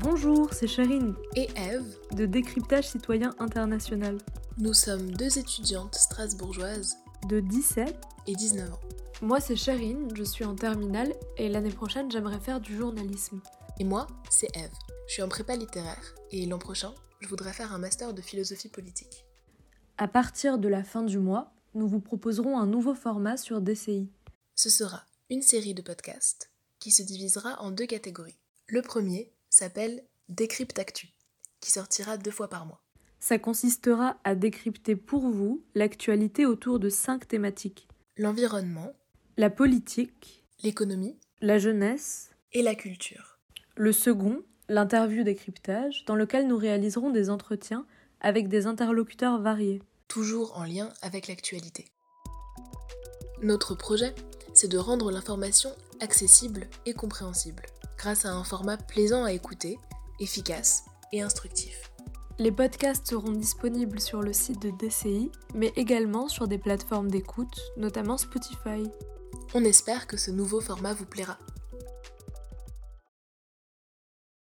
Bonjour, c'est Charine et Eve de Décryptage Citoyen International Nous sommes deux étudiantes strasbourgeoises de 17. et 19 ans. Moi, c'est Charine, je suis en terminale et l'année prochaine, j'aimerais faire du journalisme. Et moi, c'est Eve. Je suis en prépa littéraire et l'an prochain, je voudrais faire un master de philosophie politique. À partir de la fin du mois, nous vous proposerons un nouveau format sur DCI. Ce sera une série de podcasts qui se divisera en deux catégories. Le premier s'appelle Décrypte Actu, qui sortira deux fois par mois. Ça consistera à décrypter pour vous l'actualité autour de cinq thématiques L'environnement, la politique, l'économie la jeunesse, et la culture. Le second, l'interview décryptage, dans lequel nous réaliserons des entretiens avec des interlocuteurs variés. toujours en lien avec l'actualité. Notre projet, c'est de rendre l'information accessible et compréhensible, grâce à un format plaisant à écouter, efficace et instructif. Les podcasts seront disponibles sur le site de DCI, mais également sur des plateformes d'écoute, notamment Spotify. On espère que ce nouveau format vous plaira